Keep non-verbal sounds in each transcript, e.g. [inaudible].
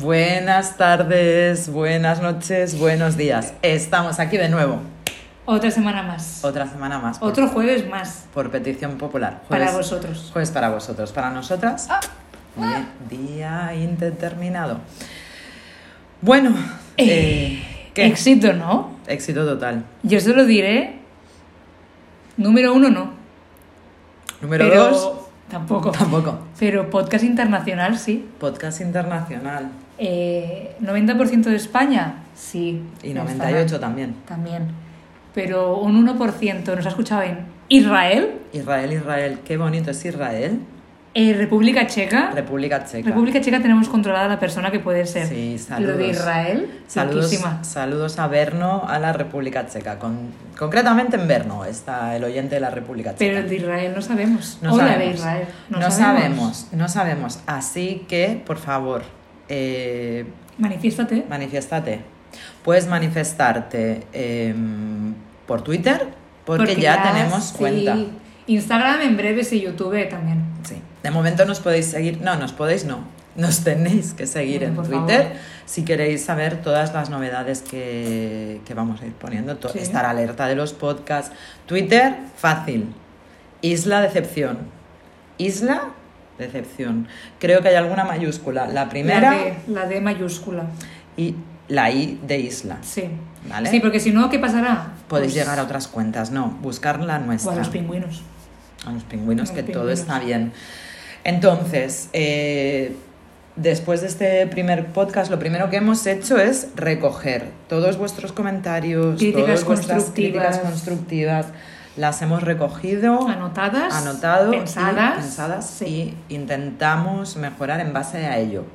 Buenas tardes, buenas noches, buenos días. Estamos aquí de nuevo, Otra semana más. otra semana más. por- Otro jueves más. Por petición popular. Para vosotros. Ah. Jueves Ah, para vosotros. Para nosotras, muy bien, día indeterminado. Bueno, eh, ¿qué? Éxito, ¿no? éxito total. Yo se lo diré. Número uno, no. Número Pero dos, Tampoco. tampoco. Pero podcast internacional, sí. Podcast internacional Eh, 90% de España, sí. y No está 98 mal. también. También. Pero un 1% nos ha escuchado en Israel, Israel, Israel, qué bonito es Israel. eh, República Checa. República Checa. República Checa tenemos controlada la persona que puede ser. Sí, saludos. Lo de Israel, Saludos, loquísima. saludos a Berno, a la República Checa. Con- concretamente en Berno está el oyente de la República Checa. Pero el de Israel no sabemos. no o la sabemos. de Israel. No, sabemos, no sabemos. Así que, por favor, eh, Manifiéstate. manifiéstate. Puedes manifestarte em, por Twitter, porque, ya, tenemos sí. cuenta. Instagram en breves y YouTube también. Sí. De momento nos podéis seguir. No, nos podéis no. Nos tenéis que seguir Bueno, en por Twitter favor. si queréis saber todas las novedades que, que vamos a ir poniendo. to- Sí. Estar alerta de los podcasts. Twitter, fácil. Isla Decepción. Isla Decepción. Creo que hay alguna mayúscula. La primera La D, la D mayúscula. y la I de Isla. Sí. Vale. Sí, porque si no, ¿qué pasará? Podéis Pues, llegar a otras cuentas, no. Buscar la o nuestra. a los pingüinos. a los pingüinos Los que todo pingüinos. está bien. Entonces, eh, después de este primer podcast, lo primero que hemos hecho es recoger todos vuestros comentarios, Críticas todas vuestras constructivas. críticas constructivas, las hemos recogido, Anotadas. anotado, y Pensadas. pensadas Sí. y intentamos mejorar en base a ello.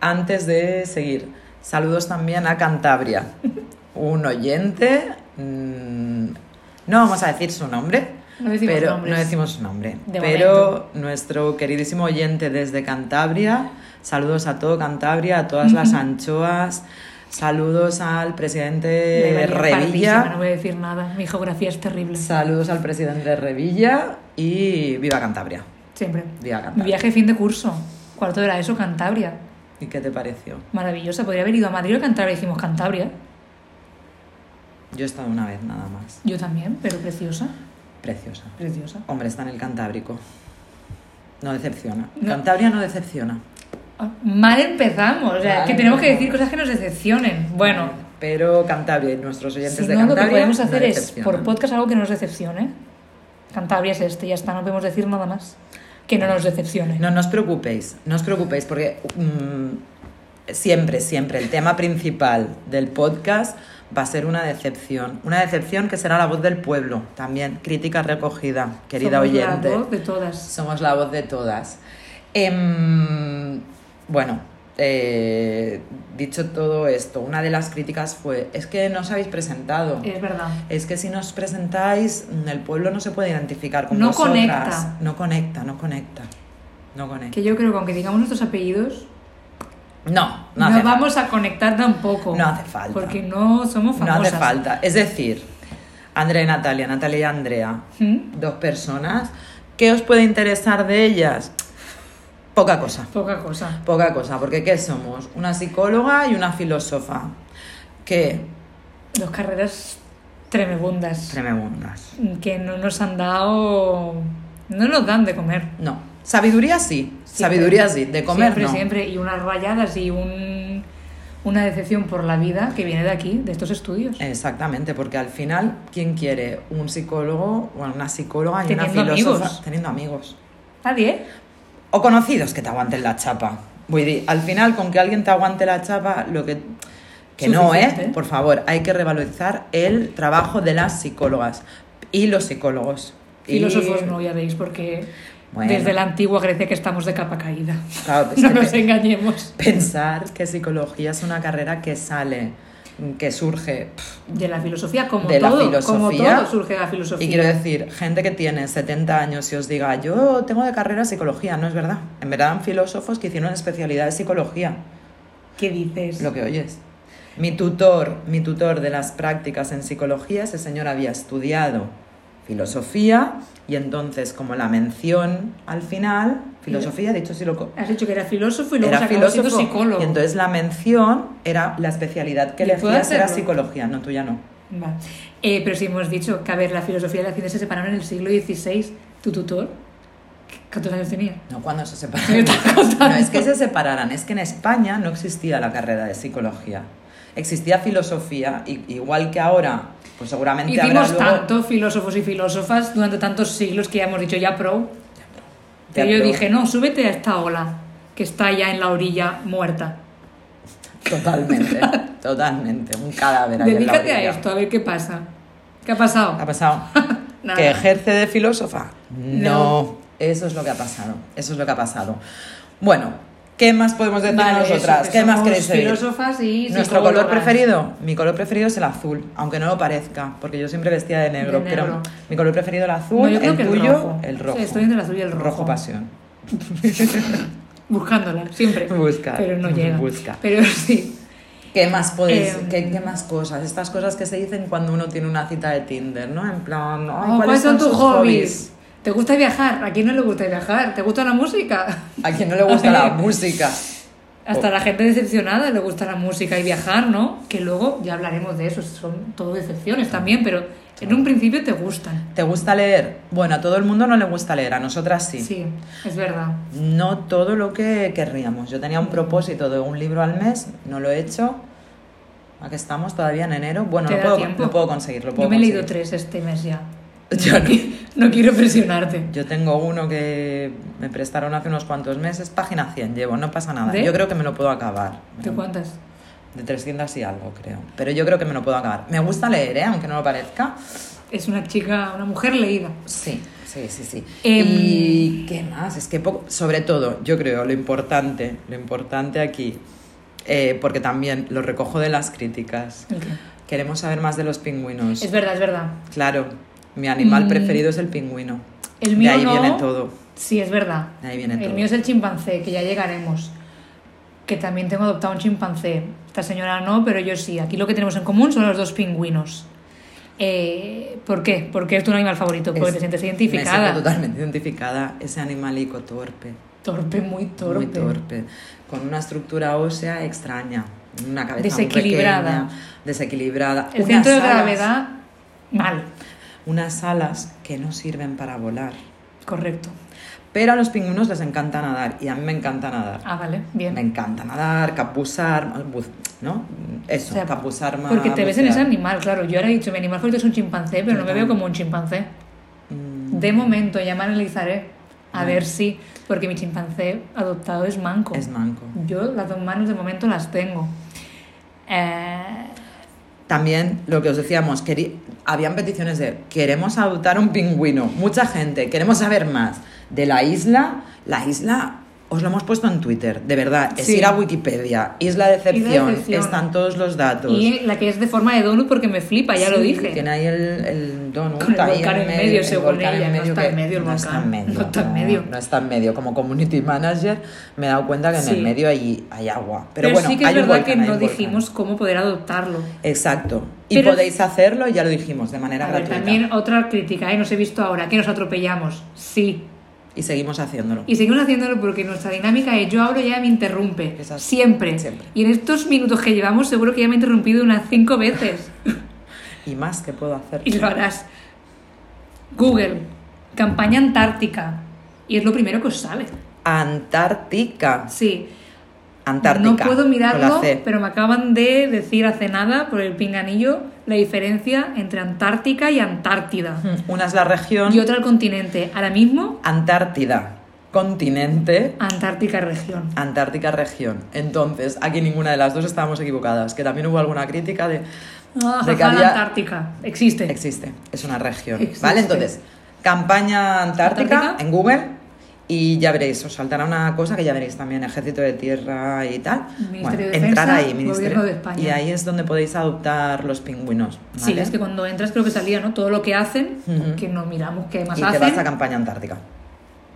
Antes de seguir, saludos también a [laughs] Cantabria, un oyente, mm, no vamos a decir su nombre, No decimos pero nombres. no decimos su nombre. De pero nuestro queridísimo oyente desde Cantabria, saludos a todo Cantabria, a todas las anchoas, saludos al Me presidente valía pardísima, No Revilla, voy a decir nada. Mi geografía es terrible. saludos al presidente Revilla y viva Cantabria. Siempre. Viva Cantabria. Mi viaje de fin de curso. Cuarto de la ESO, Cantabria. ¿Y qué te pareció? Maravillosa. Podría haber ido a Madrid o a Cantabria. Dijimos Cantabria. Yo he estado una vez nada más. Yo también, pero preciosa. Preciosa. Preciosa. Hombre, está en el Cantábrico. No decepciona. No. Cantabria no decepciona. Ah, Mal empezamos, o sea, Mal que tenemos que empezamos. decir cosas que nos decepcionen. Bueno, Pero Cantabria y nuestros oyentes si de no, lo Cantabria. que podemos hacer no es, por decepcionan. podcast, algo que no nos decepcione. Cantabria es este, ya está, no podemos decir nada más que no nos decepcione. No, no os preocupéis, no os preocupéis, porque mm, siempre, siempre el tema principal del podcast va a ser una decepción. Una decepción que será la voz del pueblo, también. Crítica recogida, querida Somos la oyente. voz de todas. Somos la voz de todas. Em, bueno, eh, dicho todo esto, una de las críticas fue, es que no os habéis presentado. Es verdad. Es que si nos presentáis, mm, el pueblo no se puede identificar con No vosotras. conecta. No conecta, no conecta. No conecta. Que yo creo que aunque digamos nuestros apellidos, No, no no, hace vamos a conectar tampoco. No hace falta. Porque no somos falta. No famosas. hace falta. Es decir, Andrea y Natalia, Natalia y Andrea, ¿Mm? dos personas, ¿qué os puede interesar de ellas? Poca cosa, Poca cosa. poca cosa, porque ¿qué somos? Una psicóloga y una filósofa. Que Dos carreras tremebundas tremendas. que no nos han dado... No nos dan de comer. No, sabiduría sí, Siempre. sabiduría sí, de comer Siempre, no. siempre. Y unas rayadas y un, una decepción por la vida que viene de aquí, de estos estudios. Eh. Exactamente, porque al final, ¿quién quiere un psicólogo o una psicóloga y Teniendo una filósofa amigos. teniendo amigos? Nadie. ¿eh? o conocidos que te aguanten la chapa. Vull dir, al final, con que alguien te aguante la chapa, lo que... Que no, ¿eh? Suficiente. Por favor, hay que revalorizar el trabajo de las psicólogas y los psicólogos. Y- Filósofos no, ya veis, porque Bueno. desde la antigua Grecia que estamos de capa caída. Claro, es [laughs] no que nos pe- engañemos. Pensar que psicología es una carrera que sale, que surge... pff, De la filosofía, como De la todo. filosofía. Como todo surge de la filosofía. Y quiero decir, gente que tiene 70 años y os diga, yo tengo de carrera psicología, no es verdad. En verdad, eran filósofos que hicieron especialidad de psicología. ¿Qué dices? lo que oyes. Mi tutor, mi tutor de las prácticas en psicología, ese señor había estudiado filosofía y entonces como la mención al final, filosofía, dicho si lo... co- Has dicho que era filósofo y luego Era se acabó siendo filósofo psicólogo. y entonces la mención era la especialidad que ¿Y le puedo hacías era hacerlo? psicología, no, tú ya no. Va. Eh, pero sí hemos dicho que, a ver, la filosofía y la ciencia se separaron en el siglo XVI. Tu tutor, ¿qué- ¿cuántos años tenía? No, cuando se Me [laughs] separaron. está contando. No es que se separaran, es que en España no existía la carrera de psicología. Existía filosofía, i- igual que ahora, pues seguramente Hicimos habrá luego... tanto filósofos y filósofas durante tantos siglos que ya hemos dicho ya pro. Pero Ya, yo pero- dije, no, súbete a esta ola que está ya en la orilla muerta. [laughs] Totalmente, totalmente, un cadáver. ahí en la Dedícate a orilla. esto, a ver qué pasa. ¿Qué ha pasado? ¿Ha pasado? [laughs] Nada. ¿Que ejerce de filósofa? No. No. Eso es lo que ha pasado. Eso es lo que ha pasado. Bueno, ¿qué más podemos decir Vale, eso, nosotras? que ¿Qué más somos queréis decir? Filósofas y ¿Nuestro color psicólogas. preferido? Mi color preferido es el azul, aunque no lo parezca, porque yo siempre vestía de negro. De Pero negro. mi color preferido el azul, No, yo creo el que el tuyo, rojo. el Sí, estoy entre el azul y el rojo. pasión. Buscándola, siempre. Busca, Pero no llega. busca. Pero [laughs] sí. ¿Qué más podéis? Eh, ¿qué, qué más cosas? Estas cosas que se dicen cuando uno tiene una cita de Tinder, ¿no? En plan, "Ay, Oh, ¿Cuáles son tus sus hobbies? ¿Te gusta viajar? ¿A quién no le gusta viajar? ¿Te gusta la música? A quien no le gusta [laughs] la música. Hasta Oh. la gente decepcionada le gusta la música y viajar, ¿no? Que luego ya hablaremos de eso, son todo decepciones también, pero en un principio te gustan. ¿Te gusta leer? Bueno, a todo el mundo no le gusta leer, a nosotras sí. Sí, es verdad. No todo lo que querríamos. Yo tenía un propósito de un libro al mes, no lo he hecho. Aquí estamos todavía en enero. Bueno, ¿Te lo da puedo, tiempo? lo puedo conseguir, lo puedo Yo me he leído conseguir. tres este [laughs] mes ya. Yo, no. [laughs] No quiero presionarte. Yo tengo uno que me prestaron hace unos cuantos meses, página 100 llevo, no pasa nada. ¿De? Yo creo que me lo puedo acabar. ¿Te cuántas? De 300 y algo, creo. Pero yo creo que me lo puedo acabar. Me gusta leer, ¿eh? aunque no lo parezca. Es una chica, una mujer leída. Sí, sí, sí, sí. Em, ¿Y qué más? Es que poco- sobre todo, yo creo, lo importante, lo importante aquí, eh, porque también lo recojo de las críticas, ¿El qué? queremos saber más de los pingüinos. Es verdad, es verdad. Claro, mi animal Mm. preferido es el pingüino. El mío de ahí no. viene todo. Sí, es verdad. De ahí viene el todo. mío es el chimpancé, que ya llegaremos. Que también tengo adoptado un chimpancé. Esta señora no, pero yo sí. Aquí lo que tenemos en común son los dos pingüinos. Eh, ¿Por qué? Porque es tu animal favorito, porque Es- te sientes Me identificada. siento totalmente identificada. Ese animalico torpe, Torpe, muy torpe. muy torpe, con una estructura ósea extraña, una cabeza muy Desequilibrada. pequeña, desequilibrada. El unas centro de alas- gravedad, mal. unas alas que no sirven para volar. Correcto. Pero a los pingüinos les encanta nadar y a mí me encanta nadar. Ah, vale, bien. Me encanta nadar, capuzar, mal buz- ¿no? Eso, O sea, capuzar más. Porque te ves en ese bucear. animal, claro. Yo ahora he dicho, mi animal favorito es un chimpancé, pero no me veo como un chimpancé. Mm, De momento, ya me analizaré. A Vale. ver si, porque mi chimpancé adoptado es manco. Es manco. Yo las dos manos de momento las tengo. Eh, También lo que os decíamos, queri- habían peticiones de queremos adoptar un pingüino, mucha gente, queremos saber más de la isla, la isla os lo hemos puesto en Twitter, de verdad, es Sí. ir a Wikipedia, isla decepción, Decepción. están todos los datos. y la que es de forma de donut porque me flipa, ya lo Sí, dije. Tiene ahí el, el donut. Con el ahí volcán en medio, el según volcán ella, no está que- en medio el no está volcán, en medio. no está en medio. No está en medio. Como community manager me he dado cuenta que en Sí. el medio hay, hay agua. Pero, pero bueno, sí que es hay un verdad volcán, que hay no un volcán. dijimos cómo poder adoptarlo. Exacto. Y Pero- podéis hacerlo, ya lo dijimos, de manera A ver, gratuita. también otra crítica, ¿eh? nos he visto ahora, que nos atropellamos. Sí. Y seguimos haciéndolo. Y seguimos haciéndolo porque nuestra dinámica es yo hablo y ella me interrumpe. Esas- Siempre. siempre. Y en estos minutos que llevamos seguro que ya me ha interrumpido unas cinco veces. Y, más que puedo hacer. y lo harás. Google, campaña antártica. Y es lo primero que os sale. Antártica. Sí. Antártica. No puedo con la mirarlo, C. pero me acaban de decir hace nada por el pinganillo la diferencia entre Antártica y Antártida. Mm, Una es la región. Y otra el continente. Ahora mismo, Antártida. Continente. Antártica región. Antártica región. Entonces, aquí ninguna de las dos estábamos equivocadas, que también hubo alguna crítica de... Ah, De que jaja, había- la Antártica. Existe. Existe, es una región. Existe. ¿Vale? Entonces, campaña antártica, Antártica. en Google y ya veréis, os saltará una cosa que ya veréis también, ejército de tierra y tal. Ministerio bueno, de entrar Defensa, ahí, ministerio. Gobierno de España. Y ahí es donde podéis adoptar los pingüinos. Sí, ¿vale? es que cuando entras creo que salía, ¿no? Todo lo que hacen, Ujú. que no miramos qué más Y te hacen. vas a campaña antártica.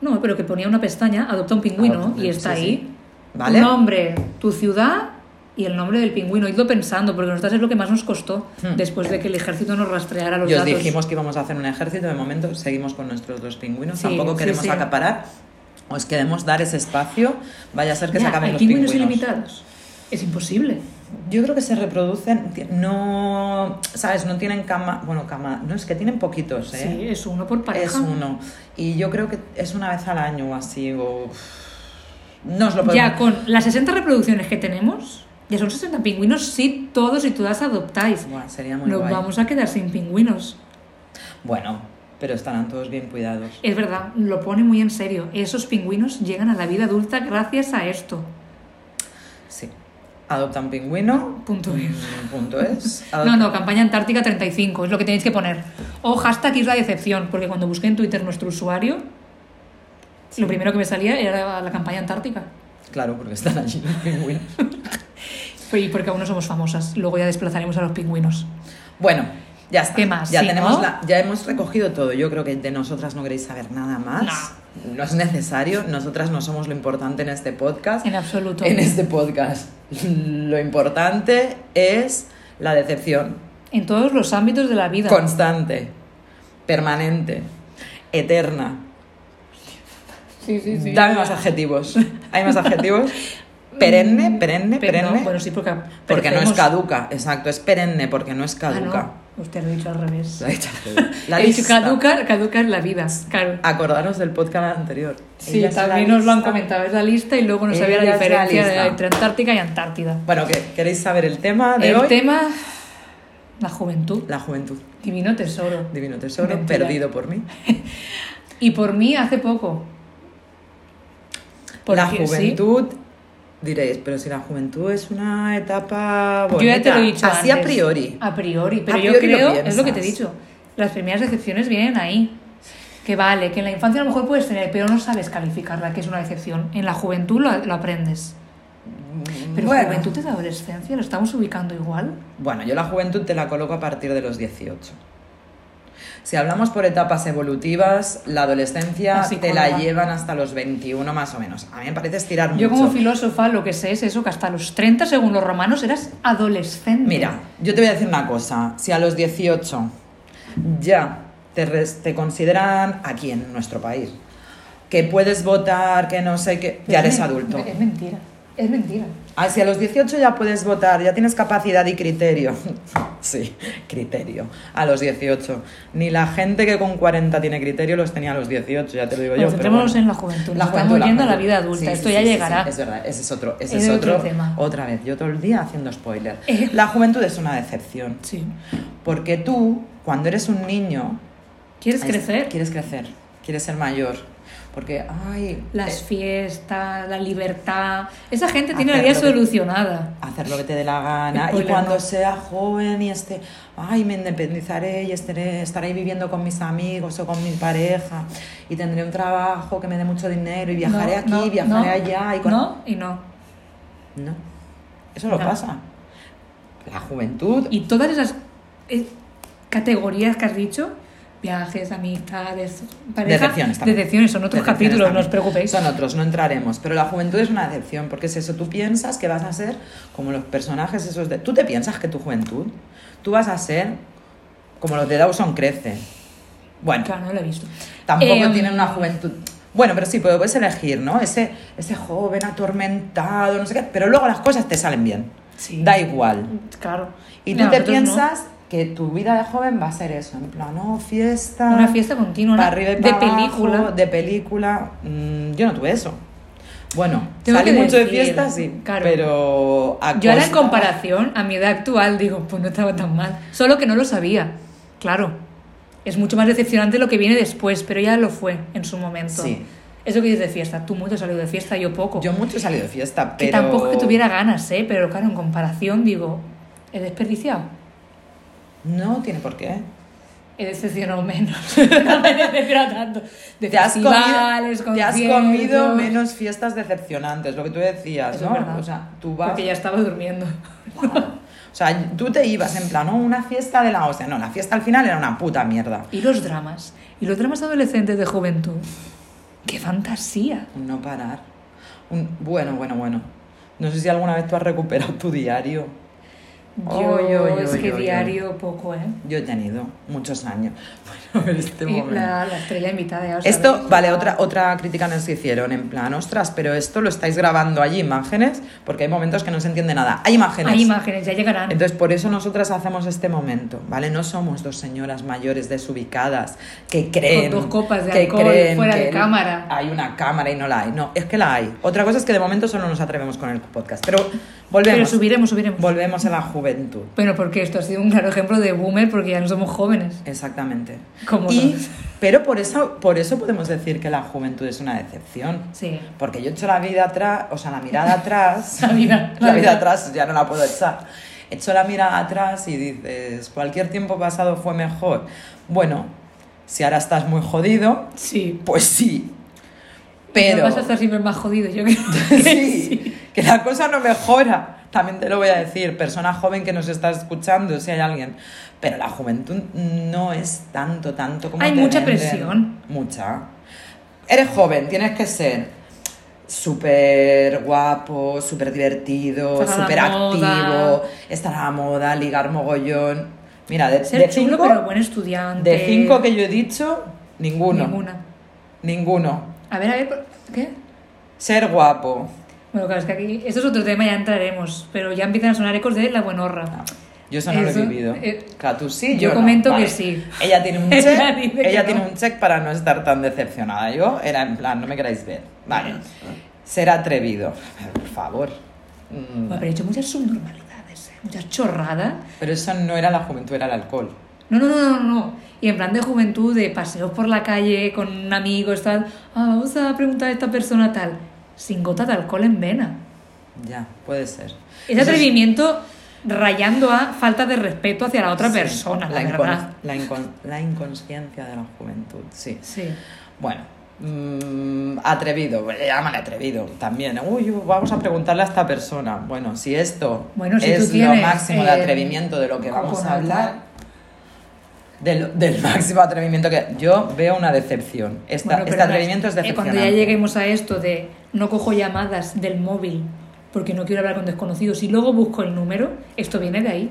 No, pero que ponía una pestaña, adopta un pingüino, Adopta un y pingüino, está Ah, sí, ahí. sí. ¿Vale? Tu nombre, tu ciudad y el nombre del pingüino, idlo pensando, porque nosotras es lo que más nos costó Hmm. después de que el ejército nos rastreara los Y os datos. dijimos que íbamos a hacer un ejército, de momento seguimos con nuestros dos pingüinos, Sí, tampoco sí, queremos sí. acaparar, os queremos dar ese espacio, vaya a ser que Ya, se acaben hay los pingüinos, pingüinos. ilimitados. Es imposible. Yo creo que se reproducen, ti- no, sabes, no tienen cama, bueno, cama, no es que tienen poquitos, ¿eh? Sí, es uno por pareja. Es uno. Y yo creo que es una vez al año o así, o... No os lo podemos... Ya con las 60 reproducciones que tenemos, ya son 60 pingüinos si todos y todas adoptáis. Buah, sería muy Nos guay. vamos a quedar sin pingüinos. Bueno, pero estarán todos bien cuidados. Es verdad, lo pone muy en serio. Esos pingüinos llegan a la vida adulta gracias a esto. Sí. Adopta un pingüino. Punto es. mm, Punto es. [laughs] No, no, campaña Antártica 35, es lo que tenéis que poner. O hashtag Isla Decepción, porque cuando busqué en Twitter nuestro usuario, lo primero que me salía era la campaña Antártica. Claro, porque están allí los pingüinos. Y porque aún no somos famosas, luego ya desplazaremos a los pingüinos. Bueno, ya está. ¿Qué más? Ya, Sí, tenemos ¿no? la- ya hemos recogido todo. Yo creo que de nosotras no queréis saber nada más. No. es necesario. Nosotras no somos lo importante en este podcast. En absoluto. En este podcast. Lo importante es la decepción En todos los ámbitos de la vida. constante, permanente, eterna. Sí, sí, sí. Dame más adjetivos. ¿Hay más [laughs] adjetivos? Perenne, perenne, Pero no, perenne. bueno, sí, porque... porque no es parecemos- caduca, exacto, es perenne porque no es Ah, no, caduca. usted lo ha dicho al revés. La he hecho al revés. La He dicho lista. caduca, caduca en la vida, claro. Acordaros del podcast anterior. Sí, Ella es la también nos lo han lista. comentado, es la lista y luego no sabía Ella la es la diferencia lista. de- entre Antártica y Antártida. Bueno, que queréis saber el tema de El hoy. tema, la juventud, La juventud. divino tesoro. Divino tesoro, Mentira. perdido por mí. Y por mí hace poco. la Porque, sí, juventud, diréis, pero si la juventud es una etapa yo ya te lo he bonita. dicho Así a antes. Ah, priori. A priori, pero A yo priori lo creo, es lo que te he piensas. dicho, las primeras decepciones vienen ahí. Que vale, que en la infancia a lo mejor puedes tener, pero no sabes calificarla, que es una decepción. En la juventud lo, lo aprendes. Pero bueno, juventud es adolescencia, lo estamos ubicando igual. bueno, yo la juventud te la coloco a partir de los 18. Si hablamos por etapas evolutivas, la adolescencia Así te como la va. llevan hasta los 21 más o menos. A mí me parece estirar Yo mucho. como filósofa lo que sé es eso, que hasta los 30, según los romanos, eras adolescente. Mira, yo te voy a decir una cosa. Si a los 18 ya te, res- te consideran aquí en nuestro país que puedes votar, que no sé qué, ya Pero es eres men- adulto. Es mentira, es mentira. Ah, si a los 18 ya puedes votar, ya tienes capacidad y criterio. [laughs] sí, criterio. A los 18. Ni la gente que con 40 tiene criterio los tenía a los 18, ya te lo digo yo. Bueno, pero bueno. centrémonos Pues en la juventud. La Nos estamos juventud, yendo a la juventud. vida adulta. Sí, Esto sí, ya sí, sí, llegará. sí, es verdad, ese es otro, ese Es es otro otro, tema. Eh. Otra vez, yo todo el día haciendo spoiler. La juventud es una decepción. Sí. Porque tú, cuando eres un niño... ¿Quieres es- crecer? Quieres crecer, quieres ser mayor. Porque, ay, Las eh, fiestas, la libertad. Esa gente tiene la Hacer vida lo que- solucionada. hacer lo que te dé la gana. El Y problema. cuando sea joven y esté, ay, me independizaré y estaré, estaré viviendo con mis amigos o con mi pareja y tendré un trabajo que me dé mucho dinero y viajaré No, aquí, no, viajaré no, allá. Y con... No, y no. No. Eso lo No. pasa. La juventud Y todas esas eh, categorías que has dicho, viajes, amistades, pareja, Decepciones también. decepciones, son otros Decepciones capítulos, no también. os preocupéis. Son otros, no entraremos. Pero la juventud es una decepción, porque es eso, tú piensas que vas a ser como los personajes esos de... Tú te piensas que tu juventud, tú vas a ser como los de Dawson Crece. Bueno, Claro, no lo he visto. tampoco Em, tienen una juventud... Bueno, pero sí, pero puedes elegir, ¿no? Ese, ese joven atormentado, no sé qué, pero luego las cosas te salen bien. Sí. Da igual. Claro. Y No, tú te nosotros no. piensas que tu vida de joven va a ser eso, en plan, no, fiesta... Una fiesta continua, Pa' una- arriba y de pa' abajo, película. de película. Mm, yo no tuve eso. Bueno, Tengo salí que mucho de decir, fiesta, sí. claro. Pero a Yo ahora en costa- comparación a mi edad actual digo, pues no estaba tan mal. Solo que no lo sabía. Claro. Es mucho más decepcionante lo que viene después, pero ya lo fue en su momento. Sí. Es lo que dices de fiesta. Tú mucho has salido de fiesta, yo poco. Yo mucho he salido de fiesta, que pero. tampoco que tuviera ganas, ¿eh? Pero claro, en comparación digo, he desperdiciado. No tiene por qué. He decepcionado menos. [laughs] no me he decepcionado tanto. De Te has, comido, festivales, te has conciertos. comido menos fiestas decepcionantes, lo que tú decías, Eso es ¿no? verdad. O sea, tú vas. Porque ya estaba durmiendo. O sea, tú te ibas en plan, ¿no? Una fiesta de la hostia. No, la fiesta al final era una puta mierda. Y los dramas. Y los dramas adolescentes de juventud. ¡Qué fantasía! Un no parar. Un bueno, bueno, bueno. No sé si alguna vez tú has recuperado tu diario. Yo, Oh, yo, es yo, que yo, yo. diario poco, ¿eh? Yo he tenido muchos años. [laughs] Bueno, en este Y momento. la, la estrella invitada. ya lo Esto, sabéis. vale, otra, otra crítica nos hicieron en plan, ostras, pero esto lo estáis grabando, hay imágenes, porque hay momentos que no se entiende nada. Hay imágenes. Hay imágenes, ya llegarán. Entonces, por eso nosotras hacemos este momento, ¿vale? No somos dos señoras mayores desubicadas que creen. dos copas de que alcohol creen fuera que de cámara. Hay una cámara y no la hay. No, es que la hay. Otra cosa es que de momento solo nos atrevemos con el podcast. Pero volvemos. Pero subiremos, subiremos. Volvemos a la juventud. Bueno, porque esto ha sido un claro ejemplo de boomer porque ya no somos jóvenes. Exactamente. Como Y- dos. pero por eso, por eso podemos decir que la juventud es una decepción. Sí. Porque yo echo la vida atrás, o sea, la mirada atrás. [laughs] La vida- [laughs] la la vida vida. atrás, ya no la puedo echar. Echo la mirada atrás y dices, cualquier tiempo pasado fue mejor. Bueno, si ahora estás muy jodido, Sí. pues sí. No Pero. vas a estar siempre más jodido, yo creo. [laughs] [laughs] sí, que la cosa no mejora. También te lo voy a decir, persona joven que nos está escuchando, si hay alguien. Pero la juventud no es tanto, tanto como. Hay te mucha venden. presión. Mucha. Eres joven, tienes que ser súper guapo, súper divertido, Estar a la súper activo, moda. estar a la moda, ligar mogollón. Mira, de, Ser de chulo, cinco, pero buen estudiante. de cinco que yo he dicho, ninguno. Ninguna. Ninguno. A ver, a ver, por- ¿qué? Ser guapo. Bueno, claro, es que aquí. Esto es otro tema, ya entraremos. Pero ya empiezan a sonar ecos de la buenorra. Yo eso no lo he Eso, vivido. eh, claro, tú sí, yo yo no. comento que sí. Ella tiene un [laughs] Ella check, dice que ella tiene no. un check para no estar tan decepcionada. Yo era en plan, no me queráis ver. Vale. Ser atrevido. Pero, por favor. Mm, Bueno, pero he hecho muchas subnormalidades, ¿eh? muchas chorradas. Pero eso no era la juventud, era el alcohol. No, no, no, no, no. Y en plan de juventud, de paseos por la calle con amigos, tal. Ah, vamos a preguntar a esta persona tal. Sin gota de alcohol en vena. Ya, puede ser. Ese Eso es atrevimiento rayando a falta de respeto hacia la otra sí, persona, la, incon- verdad. la incon- la inconsciencia de la juventud, sí. Sí. Bueno, mm, atrevido, bueno, llámale atrevido también. Uy, vamos a preguntarle a esta persona. Bueno, si esto Bueno, si es tú tienes, lo máximo de eh, atrevimiento de lo que vamos a coconut. hablar. Del, del [laughs] máximo atrevimiento que yo veo una decepción. Esta- Bueno, este pero atrevimiento es eh, decepcionante. Cuando ya lleguemos a esto de no cojo llamadas del móvil porque no quiero hablar con desconocidos y luego busco el número, esto viene de ahí.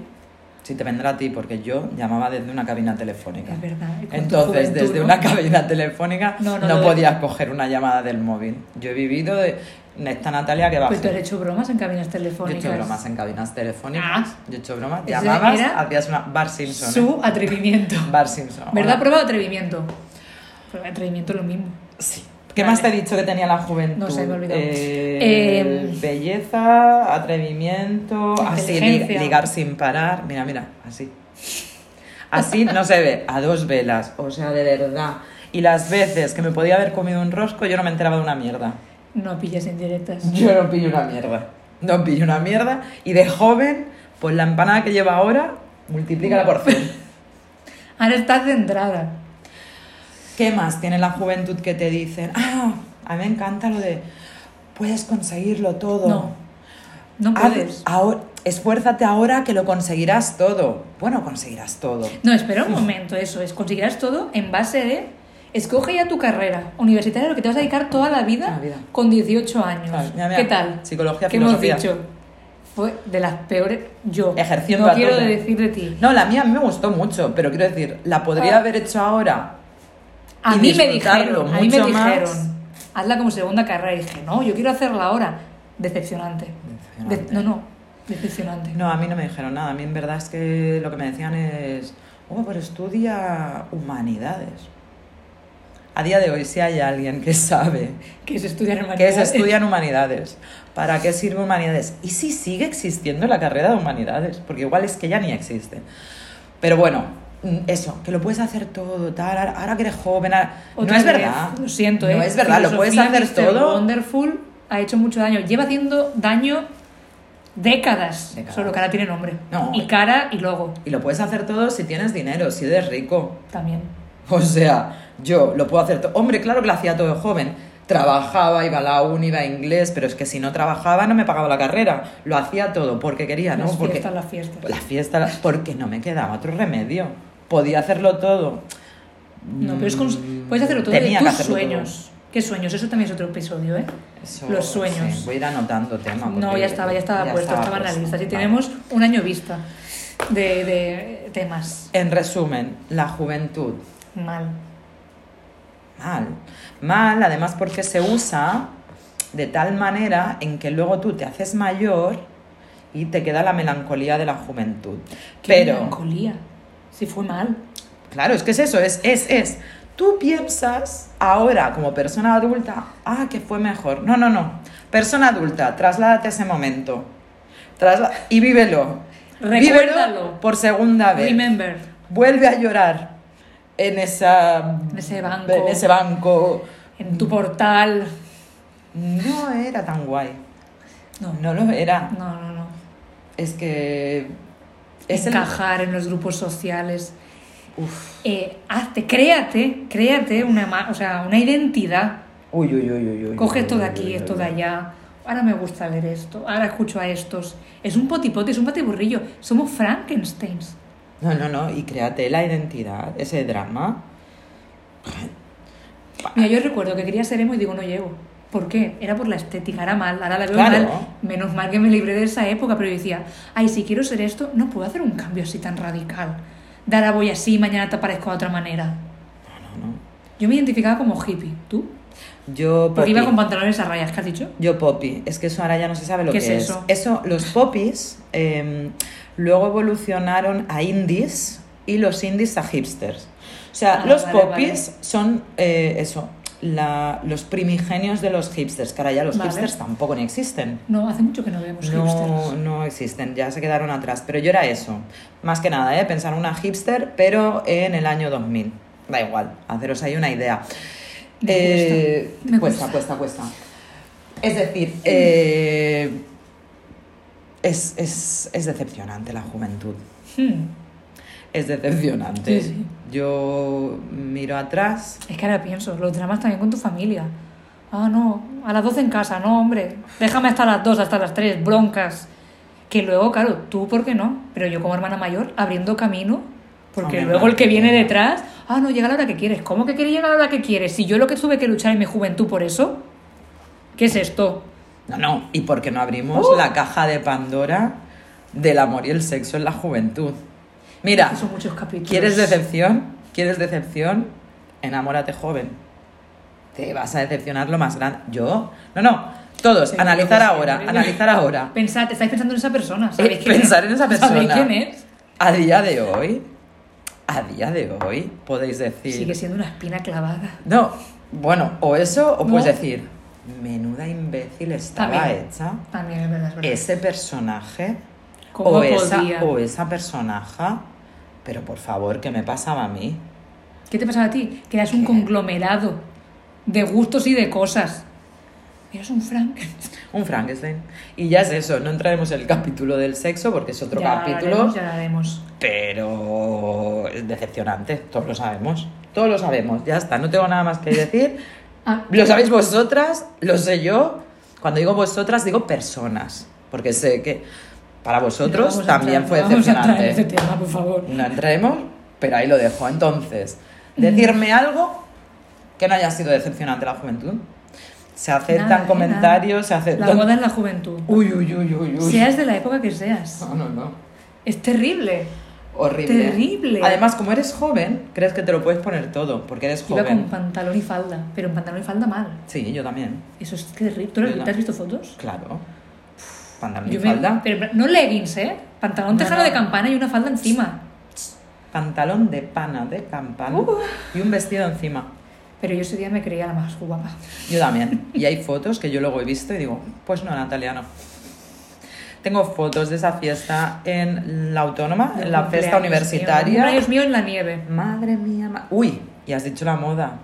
Si te vendrá a ti, porque yo llamaba desde una cabina telefónica. Es verdad, con tu Entonces, juventud, desde ¿no? Pues una [laughs] cabina telefónica no, No, no lo- podías coger una llamada del móvil. Yo he vivido de esta Natalia que va Pues tú has hecho bromas en cabinas telefónicas. Yo he hecho bromas en cabinas telefónicas. Ah. Yo he hecho bromas. Ese Llamabas, era hacías una. Bar Simpson. ¿eh? Su [laughs] atrevimiento. Bar Simpson. ¿Verdad? Hola. Prueba de atrevimiento. Prueba de atrevimiento es lo mismo. Sí. ¿Qué más te he dicho que tenía la juventud? No sé, me he olvidado. Eh, Eh, belleza, atrevimiento, así, li- Inteligencia. ligar sin parar. Mira, mira, así. Así no se ve, a dos velas, o sea, de verdad. Y las veces que me podía haber comido un rosco, yo no me enteraba de una mierda. No pillas indirectas. Yo no pillo una mierda. No pillo una mierda. Y de joven, pues la empanada que lleva ahora, multiplícala por cien. Ahora estás centrada. ¿Qué más tiene la juventud que te dicen? Ah, a mí me encanta lo de puedes conseguirlo todo. No. No Haz- puedes. ahora- esfuérzate ahora que lo conseguirás todo. Bueno, conseguirás todo. No, espera un momento, eso es. Conseguirás todo en base de. Escoge ya tu carrera universitaria, lo que te vas a dedicar toda la vida, La vida. con 18 años. Claro, mira, mira, ¿Qué tal? psicología, ¿Qué filosofía. hemos dicho? Fue de las peores. Yo. Ejerciendo No a quiero tope. decir de ti. No, la mía a mí me gustó mucho, pero quiero decir, la podría Ah. haber hecho ahora. A y mí me disfrutarlo dijeron, a mí me mucho más. dijeron, hazla como segunda carrera. Y dije, no, yo quiero hacerla ahora. Decepcionante. Decepcionante. De- no, no, decepcionante. No, a mí no me dijeron nada. A mí en verdad es que lo que me decían es, oh, pero estudia humanidades. A día de hoy, si hay alguien que sabe Que es estudiar en que se humanidades. estudian humanidades. ¿Para qué sirve humanidades? Y si sigue existiendo la carrera de humanidades, porque igual es que ya ni existe. Pero bueno, mm, eso, que lo puedes hacer todo, tal, ahora- ahora que eres joven. ahora- No Otra es vez, verdad. Lo siento, No ¿eh? es verdad, lo puedes Filosofía, hacer Mr. todo. Wonderful ha hecho mucho daño. Lleva haciendo daño décadas. Décadas. Solo que ahora tiene nombre. No. Y cara y logo Y lo puedes hacer todo si tienes dinero, si eres rico. también. O sea, yo lo puedo hacer todo. Hombre, claro que lo hacía todo de joven. Trabajaba, iba a la uni, iba a inglés, pero es que si no trabajaba no me pagaba la carrera. Lo hacía todo porque quería, ¿no? las porque fiestas, las fiestas. La fiesta, la- porque no me quedaba otro remedio. Podía hacerlo todo. No, pero es cons- Mm, puedes hacerlo todo tenía de que tus hacerlo sueños. todo. ¿Qué sueños? Eso también es otro episodio, ¿eh? Eso, Los sueños. sí, voy a ir anotando tema. No, porque ya estaba, ya estaba puesto, estaba en la puesto. lista. Así Vale. tenemos un año vista de, de temas. En resumen, la juventud. Mal. Mal. Mal, además, porque se usa de tal manera en que luego tú te haces mayor y te queda la melancolía de la juventud. Qué Pero, melancolía. Si fue mal. claro, es que es eso, es, es, es. Tú piensas ahora como persona adulta, ah, que fue mejor. No, no, no. Persona adulta, trasládate ese momento. Trasla- y vívelo. Recuérdalo. Vívelo por segunda vez. Remember. Vuelve a llorar en esa En ese banco. en ese banco. En Mm. tu portal. No era tan guay. No, no, No lo era. no, no. Es que es el Encajar en los grupos sociales. Uf. Eh, hazte, créate, créate una, ma- o sea, una identidad. Uy, uy, uy, uy, uy. uy, Coge esto de uy, uy, aquí, uy, esto uy. de allá. Ahora me gusta leer esto. Ahora escucho a estos. Es un potipote, es un patiburrillo. Somos Frankensteins. No, no, no. Y créate la identidad, ese drama. Mira, yo recuerdo que quería ser emo y digo, no llego. ¿Por qué? Era por la estética, era mal, ahora la veo Claro. mal. Menos mal que me libré de esa época, pero yo decía, ay, si quiero ser esto, no puedo hacer un cambio así tan radical. De ahora voy así, mañana te aparezco de otra manera. No, no, no. Yo me identificaba como hippie, ¿tú? Yo Porque iba popi. con pantalones a rayas, ¿qué has dicho? Yo popi. Es que eso ahora ya no se sabe lo ¿Qué que es es. eso? los popis eh, luego evolucionaron a indies y los indies a hipsters. O sea, Ah, los vale, popis son eh, eso, la- los primigenios de los hipsters, que ahora ya los Vale. hipsters tampoco ni existen. No, hace mucho que no vemos No, hipsters. no existen, ya se quedaron atrás. Pero yo era eso, más que nada, ¿eh? pensar una hipster, pero en el año 2000. Da igual, haceros ahí una idea. Me Eh, cuesta, me cuesta, cuesta, cuesta. Es decir, eh, es, es- es decepcionante la juventud. Hmm. Es decepcionante. Sí, sí. Yo miro atrás. Es que ahora pienso, los dramas también con tu familia. Ah, no, a las 12 en casa, no, hombre. Déjame hasta las 2, hasta las 3, broncas. Que luego, claro, tú, ¿por qué no? Pero yo como hermana mayor, abriendo camino, porque Hombre, luego no, el que no, viene no. detrás, ah, no, llega la hora que quieres. ¿Cómo que quiere llegar a la hora que quieres? Si yo lo que tuve que luchar en mi juventud por eso, ¿qué es esto? No, no, y porque no abrimos ¡Oh! la caja de Pandora del amor y el sexo en la juventud. Mira, Son muchos capítulos. ¿Quieres decepción? ¿Quieres decepción? Enamórate joven. Te vas a decepcionar lo más grande. ¿Yo? No, no. Todos, Sí, analizar lo que ahora, siempre. analizar ahora. Pensad, estáis pensando en esa persona. Eh, ¿Sabéis quién pensar es? en esa ¿Sabéis persona. quién es? A día de hoy, a día de hoy, podéis decir... Sigue siendo una espina clavada. No, bueno, o eso, o puedes No. decir, menuda imbécil estaba También. hecha También Ah, es verdad, es verdad. ese personaje ¿Cómo o esa, podía? o esa personaje, pero por favor, ¿qué me pasaba a mí? ¿Qué te pasaba a ti? Que eras un ¿Qué? conglomerado de gustos y de cosas. Eras [laughs] un Frank. Un Frankenstein. Y ya es eso, no entraremos en el capítulo del sexo porque es otro Ya lo capítulo, haremos, ya lo haremos. pero es decepcionante, todos lo sabemos. Todos lo sabemos, ya está, no tengo nada más que decir. [laughs] Ah, lo sabéis vosotras, lo sé yo. Cuando digo vosotras, digo personas, porque sé que para vosotros no vamos a también entrar- fue no vamos a entrar en decepcionante. ese tema, por favor. No entremos, pero ahí lo dejo. Entonces, decirme algo que no haya sido decepcionante la juventud. Se aceptan Nada, eh, comentarios, se nada. La aceptan... moda en la juventud. Uy, uy, uy, uy, uy. Ah. Seas de la época que seas. No, no, no. Es terrible. Horrible. Terrible. Además, como eres joven, crees que te lo puedes poner todo, porque eres Iba con joven. pantalón y falda, pero en pantalón y falda mal. Sí, yo también. Eso es terrible. ¿Tú lo- Yo no. ¿te has visto fotos? Claro. Pantalón y Yo me- falda. pero no leggings, ¿eh? Pantalón No, tejano no. de campana y una falda encima. Pantalón de pana, de campana. Uh. Y un vestido encima. Pero yo ese día me creía la más guapa. Yo también. Y hay fotos que yo luego he visto y digo, pues no, Natalia, no. Tengo fotos de esa fiesta en la autónoma, en la fiesta Cumpleaños mío. universitaria. Cumpleaños mío en la nieve. Madre mía, ma- uy, y has dicho la moda.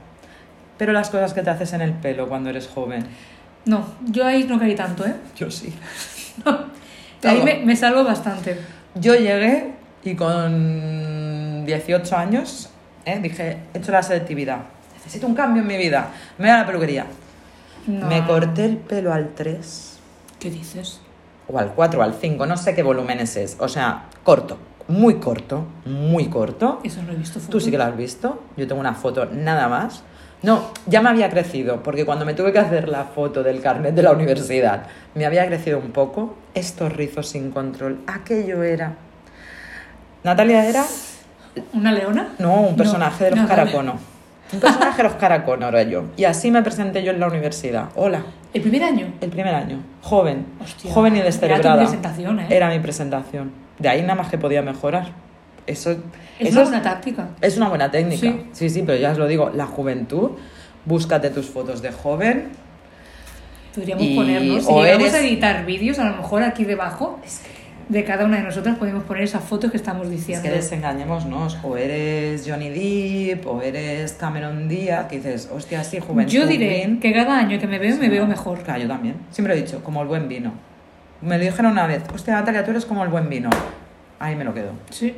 Pero las cosas que te haces en el pelo cuando eres joven. No, yo ahí no caí tanto, ¿eh? [laughs] Yo sí. De ahí Todo. me, me salvo bastante. Yo llegué y con 18 años eh, dije, he hecho la selectividad. Necesito un cambio en mi vida. Me voy a la peluquería. No. Me corté el pelo al 3 ¿Qué dices? o al 4 o al 5, no sé qué volumen ese es. O sea, corto, muy corto, muy corto. Eso no lo he visto. Tú fotos. sí que lo has visto. Yo tengo una foto nada más. No, ya me había crecido, porque cuando me tuve que hacer la foto del carnet de la universidad, me había crecido un poco. Estos rizos sin control, aquello era. Natalia era, ¿Una leona? no, un personaje de los no, vale. Caracono. Un personaje de los Caracono era yo. Y así me presenté yo en la universidad. Hola, ¿El primer año? el primer año, joven, Hostia, joven y era tu descerebrada. presentación, ¿eh? Era mi presentación. De ahí nada más que podía mejorar. Eso, Es eso una buena táctica. Es una buena técnica. Sí. Sí. sí, pero ya os lo digo, la juventud, búscate tus fotos de joven. Podríamos Y- ponernos. Si o llegamos eres- a editar vídeos, a lo mejor aquí debajo de cada una de nosotras podemos poner esas fotos que estamos Es diciendo. que desengañémonos, o eres Johnny Depp, o eres Cameron Díaz, que dices, hostia, sí, juventud. Yo diré bien. que cada año que me veo, me veo mejor. Claro, yo también. Siempre lo he dicho, como el buen vino. Me lo dijeron una vez, hostia, Natalia, tú eres como el buen vino. Ahí me lo quedo, Sí.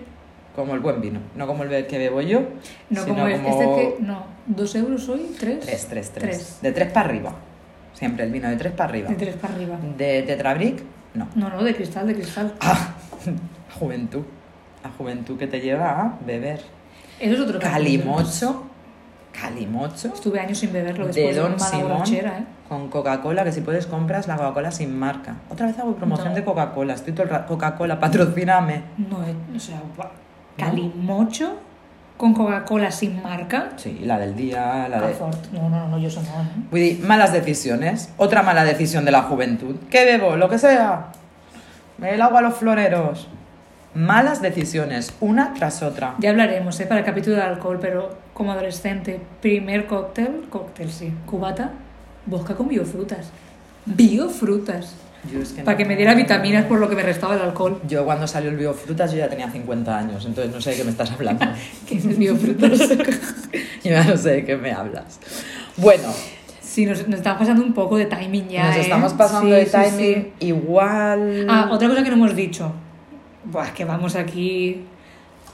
como el buen vino. No como el be- que bebo yo, No sino como, como... es- este que. No, ¿dos euros hoy? ¿Tres? Tres, tres, tres. De tres para arriba. Siempre el vino de tres para arriba. De tres para arriba. De Tetrabric, no. No, no, de cristal, de cristal. Ah, [laughs] juventud. La juventud que te lleva a beber. Eso es otro capítulo. Calimocho. Calimocho. Estuve años sin beberlo De después de, Don una mala Simón. borrachera, ¿eh? Con Coca-Cola, que si puedes compras la Coca-Cola sin marca. Otra vez hago promoción No. de Coca-Cola. Estoy todo el ra- Coca-Cola, patrocíname. No, eh, o sea, gua- calimocho con Coca-Cola sin marca. Sí, la del día, la de... Cafort. No, no, no, yo eso no. ¿no? Voy a decir, malas decisiones. Otra mala decisión de la juventud. ¿Qué bebo? Lo que sea. El agua a los floreros. Malas decisiones, una tras otra. Ya hablaremos, ¿eh? Para el capítulo de alcohol, pero como adolescente, primer cóctel, cóctel sí, cubata, bosca con biofrutas. Biofrutas. Yo es que Para no- que me diera vitaminas por lo que me restaba [laughs] el alcohol. Yo cuando salió el biofrutas yo ya tenía 50 años, entonces no sé de qué me estás hablando. [laughs] ¿Qué es biofrutas? yo ya no sé de qué me hablas. Bueno, [laughs] sí, nos, nos estamos pasando un poco de timing ya. nos ¿eh? estamos pasando Sí, de sí, timing sí. igual. Ah, otra cosa que no hemos dicho. Buah, es que vamos aquí.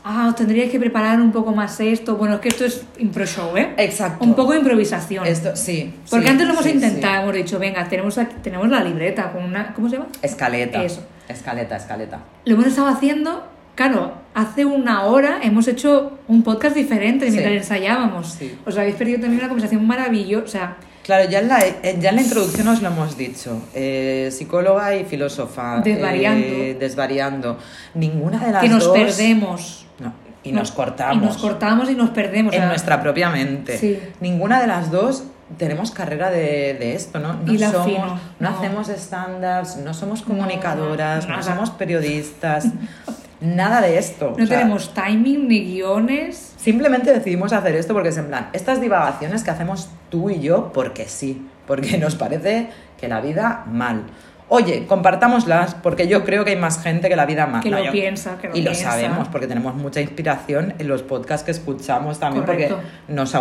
Ah, os tendríais que preparar un poco más esto. Bueno, es que esto es impro show, ¿eh? Exacto. Un poco de improvisación. Esto, sí. Porque sí, antes lo hemos sí, sí. intentado, hemos dicho, venga, tenemos, aquí- tenemos la libreta con una. ¿Cómo se llama? Escaleta. Eso. Escaleta, escaleta. Lo hemos estado haciendo, claro, hace una hora hemos hecho un podcast diferente mientras Sí. ensayábamos. Sí. Os habéis perdido también una conversación maravillosa. O sea, Claro, ya en la, eh, ya en la introducción os lo hemos dicho. Eh, psicóloga y filósofa. Desvariando. eh, desvariando. Ninguna de las que nos dos- perdemos. No, y nos No, cortamos. Y nos cortamos y nos perdemos. o en sea, nuestra propia mente. Sí. Ninguna de las dos tenemos carrera de, de esto, ¿no? No Y la somos, fino, no, no. hacemos stand-ups, no somos comunicadoras, no, nada. somos periodistas, [laughs] nada de esto. No o sea, tenemos timing ni guiones. Simplemente decidimos hacer esto porque es en plan, estas divagaciones que hacemos tú y yo porque sí, porque [laughs] nos parece que la vida mal. Oye, compartámoslas porque yo creo que hay más gente que la vida mal. Que No, lo yo- piensa, que lo Ah, Y lo piensa. sabemos porque tenemos mucha inspiración en los podcasts que escuchamos también Correcto. porque nos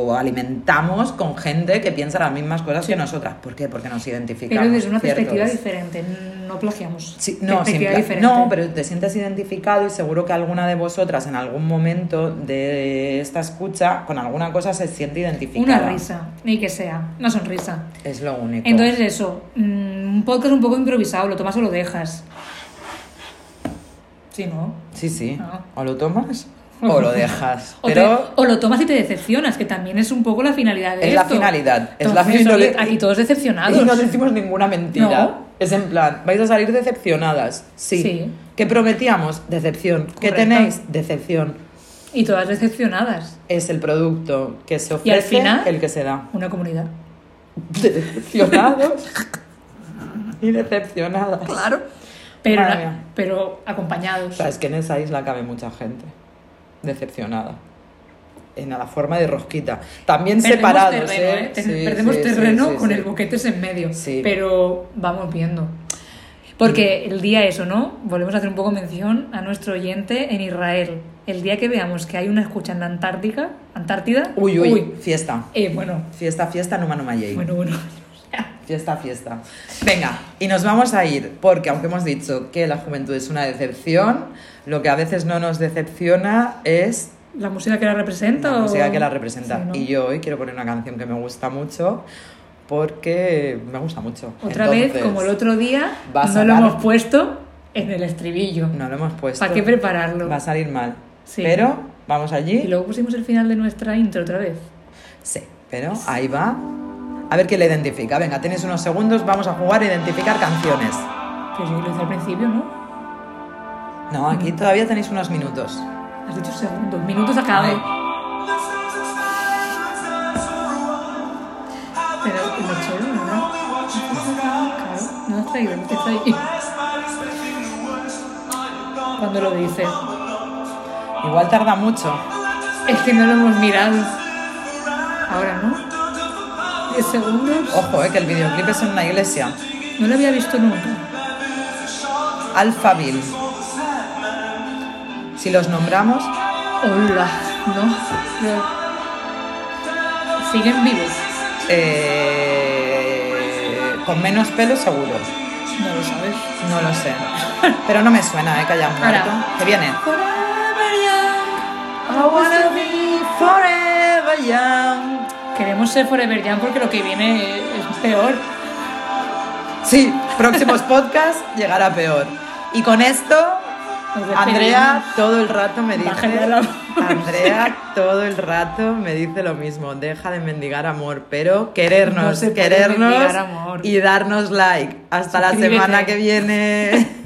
autoalimentamos con gente que piensa las mismas cosas que nosotras. ¿Por qué? Porque nos identificamos. Pero desde una ¿cierto? perspectiva Es- diferente. No plagiamos. Sí, no, sin perspectiva pla- diferente. no, pero te sientes identificado y seguro que alguna de vosotras en algún momento de esta escucha con alguna cosa se siente Una identificada. risa, ni que sea, una sonrisa. Es lo único. Entonces eso, mm, un podcast un poco improvisado, lo tomas o lo dejas. Sí, ¿no? sí, sí. Ah. O lo tomas o lo dejas. [laughs] O, te- Pero o lo tomas y te decepcionas, que también es un poco la finalidad de es esto. la finalidad. Es la Entonces, finalidad. oye, aquí todos Y no decepcionados. decimos ninguna mentira. No. Es en plan, vais a salir decepcionadas. Sí. Sí. ¿Qué prometíamos? Decepción. ¿Qué Correcto. tenéis? Decepción. Y todas decepcionadas. Es el producto que se Y al ofrece final- el que se da. Una comunidad. de [laughs] decepcionados y decepcionadas. Claro. Pero, Madre na- mía. pero acompañados. O sea, es que en esa isla cabe mucha gente decepcionada. En la forma de rosquita. También separados. terreno, ¿eh? ¿eh? Ten- Sí, perdemos sí, sí, terreno sí, con sí. el boquetes en medio. Sí. Mm. Pero vamos viendo. Porque el día eso, ¿no? Volvemos a hacer un poco mención a nuestro oyente en Israel. El día que veamos que hay una escucha en la Antártica, Antártida. Uy, uy, Fiesta. Eh, bueno, Fiesta, fiesta, Numa Numa Yei. bueno, bueno. Fiesta, fiesta. Venga, y nos vamos a ir, porque aunque hemos dicho que la juventud es una decepción, lo que a veces no nos decepciona es La música que la representa. la o- música que la representa. Sí, ¿no? Y yo hoy quiero poner una canción que me gusta mucho porque me gusta mucho. Otra vez, Entonces, como el otro día, va a no lo sacar- hemos puesto en el estribillo. No lo hemos puesto. ¿Para qué prepararlo? Va a salir mal. Sí. Pero vamos Y allí. luego pusimos el final de nuestra intro otra vez. Sí, pero ahí va. A ver quién la identifica. Venga, tenéis unos segundos, vamos a jugar a identificar canciones. Pero yo lo hice al principio, ¿no? No, aquí todavía tenéis unos minutos. Has dicho segundos, minutos a cada Ay. vez. Pero lo chulo, ¿no? Claro, no lo has traído, no te ahí. Cuando lo dices. Igual tarda mucho. Es que no lo hemos mirado. Ahora, ¿no? 10 segundos. Ojo, eh, que el videoclip es en una iglesia. No lo había visto nunca. Alphaville. Si los nombramos, Hola, ¿no? Pero- Siguen vivos. eh, con menos pelo seguro. No lo sabes. No lo sé. Pero no me suena eh, que hayan Ahora. muerto. Que viene. Forever young, I wanna be forever young. Queremos ser Forever Young porque lo que viene es peor. Sí, [laughs] próximos podcasts llegará peor. Y con esto, Nos despedimos. Andrea todo el rato me dice. Baja de la música. [laughs] Andrea todo el rato me dice lo mismo. Deja de mendigar amor, pero querernos, No se puede querernos mendigar amor. y darnos like. Hasta la Suscríbete. [laughs] semana que viene.